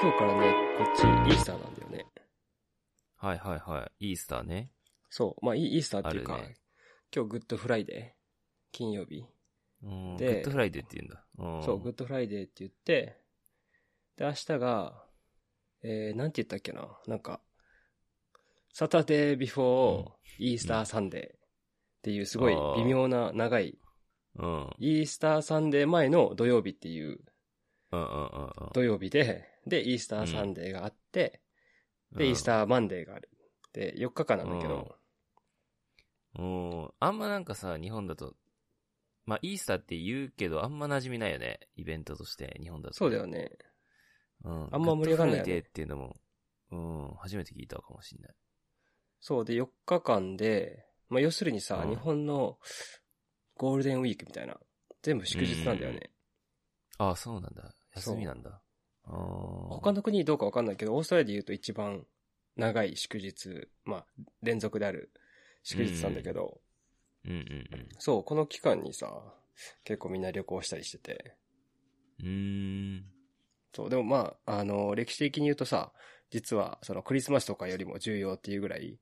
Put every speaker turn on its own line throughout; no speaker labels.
今日からね、こっち、イースターなんだよね。
はいはいはい。イースターね。
そう。まあ、イイースターっていうか、
あるね
今日グッドフライデー。金曜日。
うん。グ
で
ッドフライデーって言うんだ。うん。
そう、グッドフライデーって言って、で、明日が、えー、なんて言ったっけななんか、サタデービフォー、イースターサンデーっていうすごい
あー
微妙な長い、
うん。うん
イースターサンデー前の土曜日っていう
うんうんうん。
土曜日で、で、イースターサンデーがあって、で、イース
ー。
ターマンデーがある。で、4日間なんだけど、
うん。あんまなんかさ、日本だと、まあ、イースターって言うけど、あんま馴染みないよね。イベントとして、日本だと。
そうだよね。
うん。
あんま盛り上がらないよね
グッドフライデーっていうのも、うん、初めて聞いたかもしんない。
そうで、4日間で、まあ、要するにさ、
うん
日本のゴールデンウィークみたいな、全部祝日なんだよね。
ああ、そうなんだ。
そう
休みなんだ。ああ。
他の国どうかわかんないけど、オーストラリアで言うと一番長い祝日、まあ、連続である祝日なんだけど、
うんうんうん。
そう、この期間にさ、結構みんな旅行したりしてて、
うーん。
そう、でもまあ、あの、歴史的に言うとさ、実はそのクリスマスとかよりも重要っていうぐらい、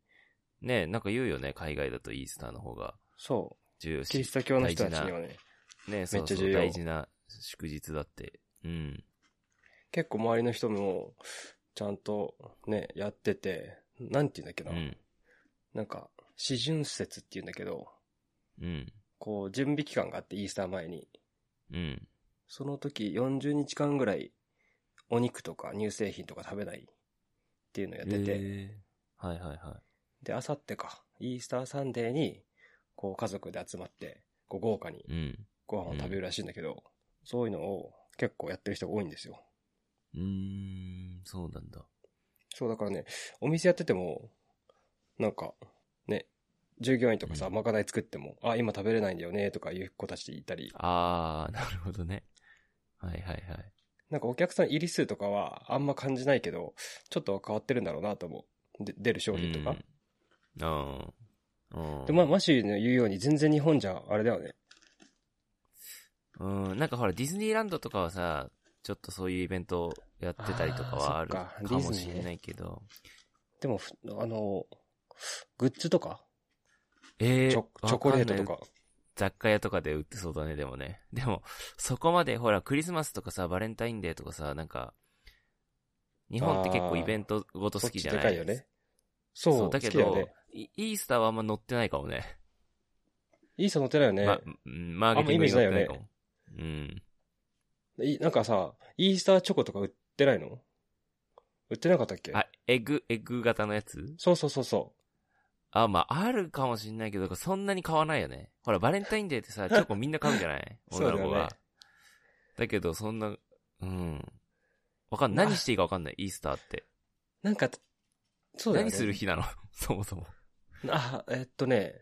ねえなんか言うよね、海外だとイースターの方が
そ
重要
う、キリ
し
ス。ト教の人たちにはね、
ねえそう
めっち
そ
ゃ重
う、
要
大事な祝日だって。うん。
結構周りの人も、ちゃんとね、やってて、なんて言うんだっけ
う
な、
ん。
なんか、四旬節って言うんだけど、
うん。
こう、準備期間があって、イースター前に。
うん。
その時40日間ぐらいお肉とか乳製品とか食べないっていうのをやってて、
えーはいはいは
で、あさってか、イースターサンデーに、こう家族で集まって、こう豪華に
い。うん。
ご飯を食べるらしいんだけど、そういうのを結構やってる人が多いんですよ。
うーん、そうなんだ。
そうだからね、お店やってても、なんか、ね、従業員とかさ、
うん
まかない作っても、あ、今食べれないんだよね、とかいう子たちいたり、
ああ、なるほどね。はいはいはい。
なんかお客さん入り数とかはあんま感じないけど、ちょっとは変わってるんだろうなと思う。で出る商品とか。
うん。うん。うん。
で、まあ、マシューの言うように、全然日本じゃ、あれだよね。
うん、なんかほら、ディズニーランドとかはさ、ちょっとそういうイベントやってたりとかはある
あーそっ
か
か
もしれないけど。
でも、ふあの、グッズとか、
えー、
チョチョコレートと
わんない。
か。
雑貨屋とかで売ってそうだね、でもね。でも、そこまでほら、クリスマスとかさ、バレンタインデーとかさ、なんか、日本って結構イベントごと
そ
好
っ
き
ちで
じゃない
かいよね。そう、
だけ
好きだよ
ど、
ね。
イイースターはあんま乗ってないかもね。
いい人乗ってないよね、
まうんマーケティングに乗ってないかも。うん。
いなんかさ、イースターチョコとか売ってないの売ってなかったっけ
あ、エッグ、エッグ型のやつ
そうそうそうそ
あ、まあ、あるかもしんないけど、そんなに買わないよね。ほら、バレンタインデーっ てさ、チョコみんな買うじゃない
そうだよ
女の
ね
子が。だけど、そんな、うん。わかんない。何していいかわかんない、イースターって。
う。なんか、そうだよね。
何する日なの そもそも。
あ、えっとね、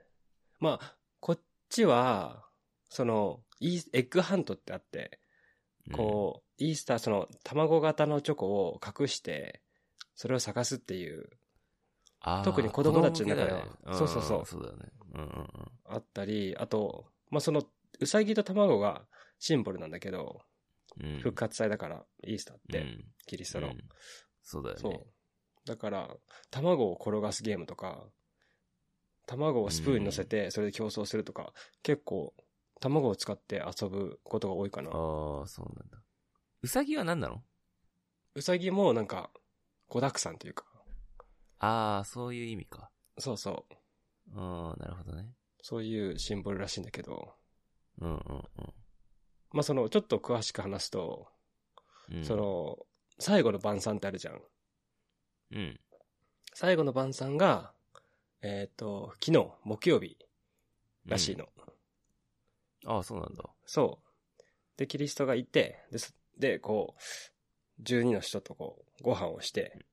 まあ、こっちは、その、イースエッグハントってあって、こう、イースター、その、卵型のチョコを隠して、それを探すっていう、
あー
特に子供たちの中では
子供向けだよ
そ
ね
うそうそうん
そうだよね。うんうんうん。
あったり、あと、まあ、その、うさぎと卵がシンボルなんだけど、
うん
復活祭だから、イースターっ
う
て、
ん
キリストの
う。んそうだよね。
そう。だから、卵を転がすゲームとか、卵をスプーンに乗せて、それで競争するとか、結構、卵を使って遊ぶことが多いかな。
ああ、そうなんだ。うさぎは何なの
うさぎもなんか、子だくさんというか、
ああ、そういう意味か。
そうそう、
ああ、なるほどね。
そういうシンボルらしいんだけど、
うんうん
まあ、その、ちょっと詳しく話すと、
うんうん。
そ、の、最後の晩餐ってあるじゃん。
うん。
最後の晩餐が、えっ、と、昨日、木曜日らしいの。
ああ、そうなんだ。
そう。で、キリストがいて、で、そで、こう、12の人とこう、ご飯をして、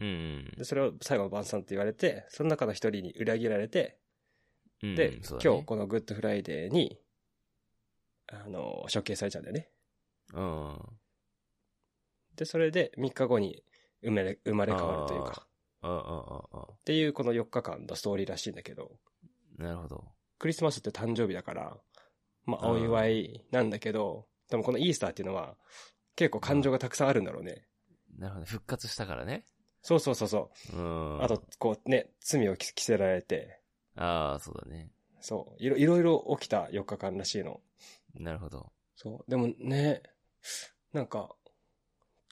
うん
で、それを最後の晩餐って言われて、その中の一人に裏切られて、
うんうん。
で、
うんそうだ
今日
ね
このグッドフライデーに、あの、処刑されちゃうんだよね。
うん。
で、それで3日後に生まれ、生まれ変わるという
あー
か、
ああ、ああ、あ
っていうこの4日間のストーリーらしいんだけど、
あ。なるほど。
クリスマスって誕生日だから、まあ、
うん
お祝いなんだけど、でもこのイースターっていうのは、結構感情がたくさんあるんだろうね。
なるほどね。復活したからね。
そうそうそうそうう。
ん。
あと、、こうね、罪を着着せられて、
ああ、そうだね。
そう、いろいろいろ起きた4日間らしいの。
なるほど。
そう。でもね、なんか、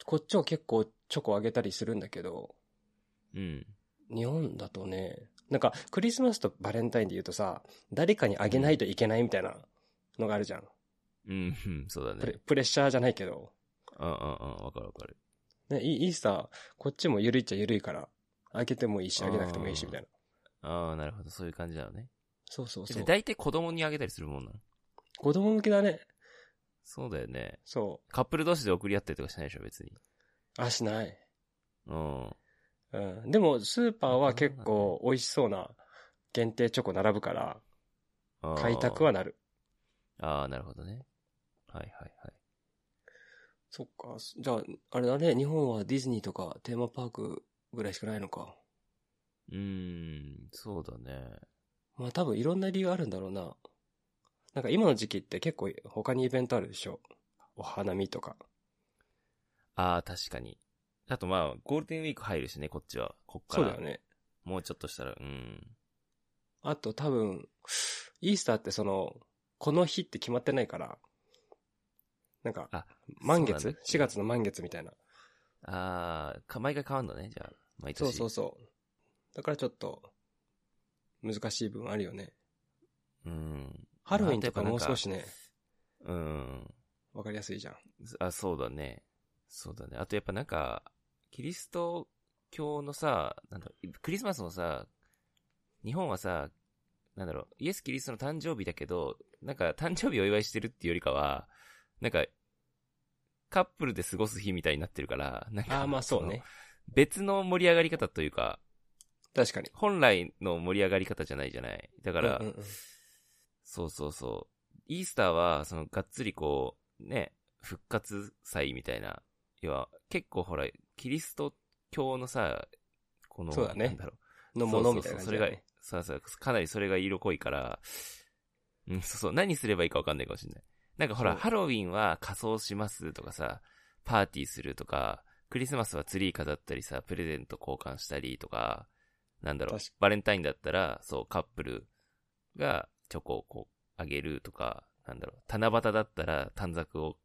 こっちは結構チョコあげたりするんだけど、
うん。
日本だとね、なんかクリスマスとバレンタインで言うとさ、誰かにあげないといけないみたいなのがあるじゃん。
うん、うんそうだ
プレ
ね。
プレッシャーじゃないけど、
うんうんうん、わかるわかる。
ね、イイースター、こっちも緩いっちゃ緩いから、あげてもいいし、あげなくてもいいし、みたいな。
ああ、なるほど。そういう感じなのね。
そうそうそ
で、
う。
大体子供にあげたりするもんなの
子供向けだね。
そうだよね。
そ
カップル同士で送り合ったりとかしないでしょ、別に。
う。あ、しない。
うん。
うん。でも、スーパーは結構美味しそうな限定チョコ並ぶから、
あー
買いたくはなる。
ああ、なるほどね。はいはいはい。
そっか。じゃあ、あれだね。日本はディズニーとかテーマパークぐらいしかないのか。
うーん、そうだね。
まあ多分いろんな理由あるんだろうな。なんか今の時期って結構他にイベントあるでしょ。お花見とか。
ああ、確かに。あとまあ、ゴールデンウィーク入るしね、こっちは。こっか
そ
ら。
うだよ。ね。
もうちょっとしたら、うん。
あと多分、イースターってその、この日って決まってないから、なんか、
あ、
満
そ
月
うなんだ
?4 月の満月みたいな。
ああ、か毎回変わんだね、じゃあ。毎年。
そうそうそう。だからちょっと、難しい分あるよね。
う。うん。
ハロウィンとか
まあ
も
あ
う
とやっぱな
少
んか
しね、
うん。
わかりやすいじゃん。
あ、そうだね。そうだね。あとやっぱなんか、キリスト教のさ、なんだろう、クリスマスもさ、日本はさ、なんだろう、イエス・キリストの誕生日だけど、なんか誕生日お祝いしてるっていうよりかは、なんか、カップルで過ごす日みたいになってるから、なんか、
ああ、まあそうね。。
別の盛り上がり方というか、
確かに。
本来の盛り上がり方じゃないじゃない。だか
う
ら、
んうんうん
そうそうそう。イースターは、その、がっつりこう、ね、復活祭みたいな。要は、結構ほら、キリスト教のさ、この、
そうだね
なんだろう。
のものみたいな
そ
感じ
うそうそ
だよ
うそれが
ね。、
そうそう、かなりそれが色濃いから、うん、そうそう、何すればいいかわかんないかもしれない。なんかほら、
そう
ハロウィンは仮装しますとかさ、パーティーするとか、クリスマスはツリー飾ったりさ、プレゼント交換したりとか、なんだろう
確か、
バレンタインだったら、そう、カップルがチョコをこう、あげるとか、なんだろう、七夕だったら短冊を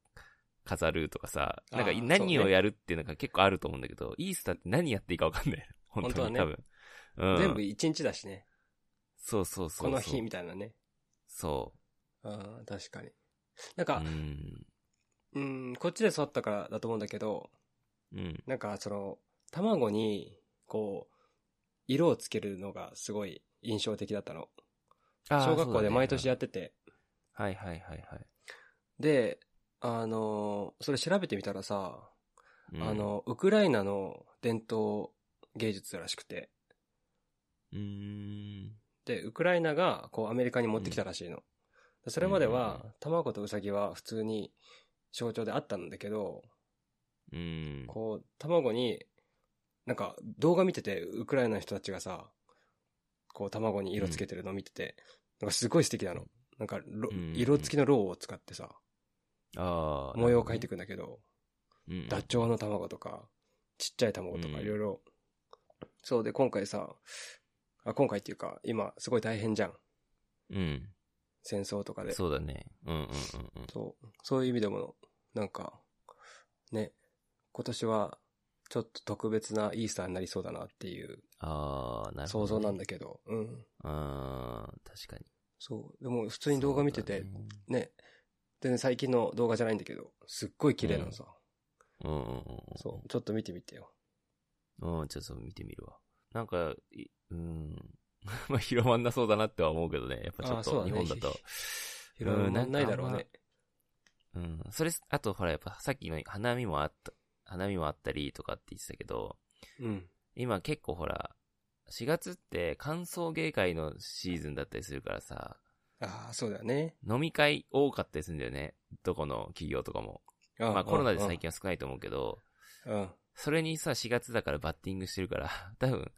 飾るとかさ、
あー
なんか何をやるっていうのが結構あると思うんだけど、イースターって何やっていいかわかんない。本当に、
本当
多
は
分。うん。
全部一日だしね。
そうそうそうそう。
この日みたいなね。
そ
ああ、確かに。なん
う。
か
う、ん。
うん、こっちで育ったからだと思うんだけど、
うん。
なんかその、卵に、こう、色をつけるのがすごい印象的だったの。
あー
小学校で毎年や
そ
っ
う
てて。
だねはいはいはいはい。
で、あのー、それ調べてみたらさ、
うん
あ、の、ウクライナの伝統芸術らしくて、
うーん。
で、ウクライナがこうアメリカに持ってきたらしいの。それまで
うんうん
は、卵とウサギは普通に象徴であったんだけど、
うん。
こう、卵に、なんか動画見てて、ウクライナの人たちがさ、こう卵に色つけてるの見てて、なんかすごい素敵なの。なんかろ、
うんうん
色付きのローを使ってさ、
ああ。
模様を描いていくんだけど、
なるほどね。
ダチョウの卵とか、ちっちゃい卵とか
うん
いろいろ。そうで、今回さ、あ、今回っていうか、今すごい大変じゃん。
うん。うん。
戦争とかで。
そうだね。うんうんうんうん。
そう、そういう意味でも、なんか、ね、今年は、ちょっと特別なイースターになりそうだなっていう
ああ、なるほ
想
ど。
像なん
だ。
だけど、うん。
ああ、確かに。
そう。でも、普通に動画見てて、
そうだね
ね、全然最近の動画じゃないんだけど、すっごい綺麗なのさ。
うんうんうんうん。
そう、ちょっと見てみてよ。
うん、ちょっと見てみるわ。なんか、いうん。 まあ、広まんなそうだなっては思うけどね。やっぱちょ
あ
っ
そう
と
だね
日本だと。
広まんないだろう
うんなん
ね
か。うん。それ、あとほら、やっぱさっきの花見もあった、花見もあったりとかって言ってたけど、
うん。
今結構ほら、4月って歓送迎会のシーズンだったりするからさ、
ああ、そうだよね。
飲み会多かったりするんだよね。どこの企業とかも。
あ
まあコロナで最近は少ないと思うけど、
近。うん。
それにさ、4月だからバッティングしてるから、 多分、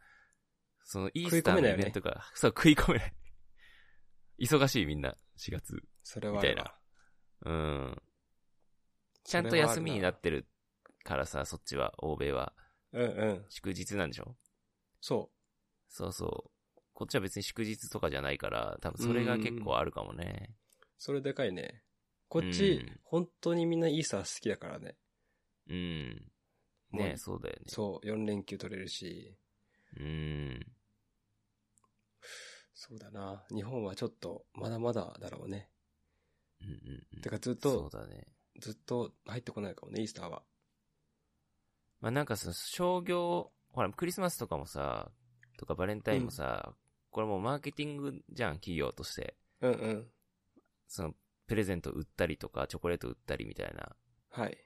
そのイー
食い
スタ
込め
ー
ない
のイ
よね
ベントが、そう、食い込めない。忙しいみんな、4月。
それはあるわ。
みたいなうん。ち
そ
ゃ
れはあ
んと
るな
休みになってるからさ、そっちは、欧米は。
うんうん。
祝日なんでしょ
そ
そうそう。こっちは別に祝日とかじゃないから、多分それが結構あるかもね。
う。それでかいね。こっ
う
ち
ん、
本当にみんなイーサー好きだからね。
うん。
もう
ねそうだよね。
そう、4連休取れるし。
うん。
そうだな。日本はちょっと、まだまだだろうね。
うんうんうん
てかずっ
そう
と、
だね。
ずっと入ってこないかもね、イースターは。
まあなんかその商業、ほら、クリスマスとかもさ、とかバレンタインもさ、これもうマーケティングじゃん、企業として。
うんうん。
その、プレゼント売ったりとか、チョコレート売ったりみたいな。
はい。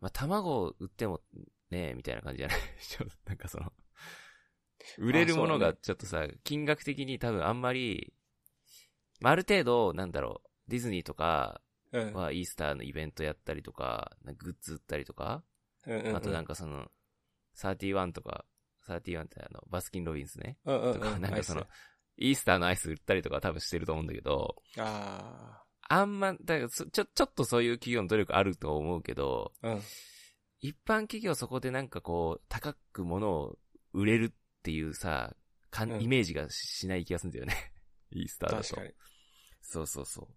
まあ、卵を売ってもね、みたいな感じじゃない ちょっとなんかその、売れるもの
そうだ
が
ね
ちょっとさ、金額的に多分あんまり、まあ、ある程度、なんだろう、ディズニーとか
うん。
はイースターのイベントやったりとか、なんかグッズ売ったりとか、
うんうんうん、
あとなんかその、31とか、31ってあの、バスキン・ロビンスね。
うんうんう
とか、なん
アイ
か
ス
その、イースターのアイス売ったりとか多分してると思うんだけど、
あ
あんま、だからそちょ、ちょっとそういう企業の努力あると思うけど、
あ。うん。
一般企業そこでなんかこう、高く物を売れるっていうさ、かん
うん
イメージがししない気がするんだよね。 イースターだと。
確かに。
そうそうそう。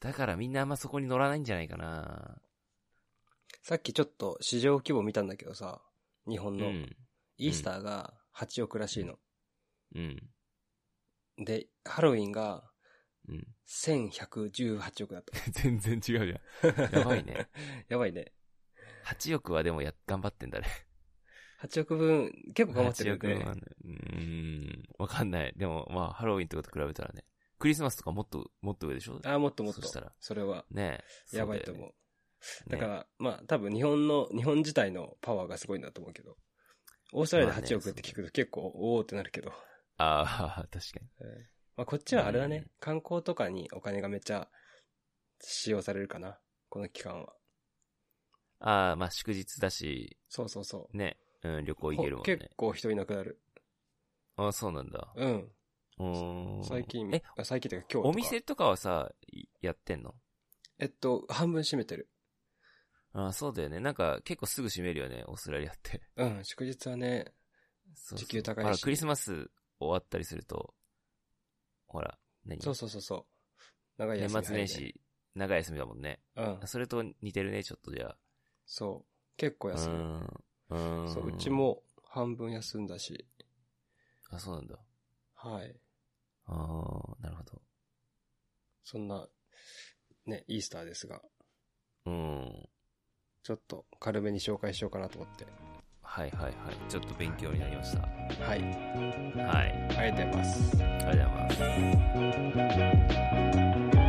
だからみんなあんまそこに乗らないんじゃないかな。
さっきちょっと市場規模見たんだけどさ、日
う
本の。
ん。
イースターが8億らしいの。
うん。
で、ハロウィンが
うん。
1118億だった。
全然違うじゃん。 やばいね。
やばいね。
8億はでもや、頑張ってんだね。
8億分、結構頑張ってる
8億
よ
は
ね。
ねうーん。わかんない。でも、まあ、ハロウィンとかと比べたらね。クリスマスとかもっと、もっと上でしょ
ああ、もっともっと。
そしたら
それは、
ねえ。
やばいと思う。
そうだ
だ
よね。
か
ね
ら、まあ、多分日本の、日本自体のパワーがすごいんだと思うけど。オーストラリアで8億って聞くと結構、おおってなるけど。
ああ、 確かに。
えーまあ、こっちはあれだ
うん
ね。観光とかにお金がめっちゃ使用されるかな。この期間は。
ああ、まあ祝日だし、
そうそうそ
ね、うん、旅行
う。
行けるもん
ほ
ね
結。構人いなくなる。
ああ、そうなんだ。
うん。
うーん。
最近、
え、
あ最近っていうか今日とか
お店とかはさ、いやってんの
えっと、半分閉めてる。
ああ、そうだよね。なんか結構すぐ閉めるよね、オーストラリア って。
うん、祝日はね、
そうそう
時給高いし
ほらクリスマス終わったりすると、ほら、何
そうそうそうそう。長い
年
休み、
末年。始、長い休みだもんね。
うん、
それと似てるね、ちょっとじゃあ。
そう。結構
う
休
ー
む。
ん。うーん。
そう、うち。も半分休んだし。
あ、そうなんだ。
はい。
ああ、なるほど。
そんな、ね、イースターですが、
うん。
ちょっと軽めに紹介しようかなと思って。
はいはいはい。ちょっと勉強になりました。
はい。
はい。
ありがとうございます。
ありがとうございます。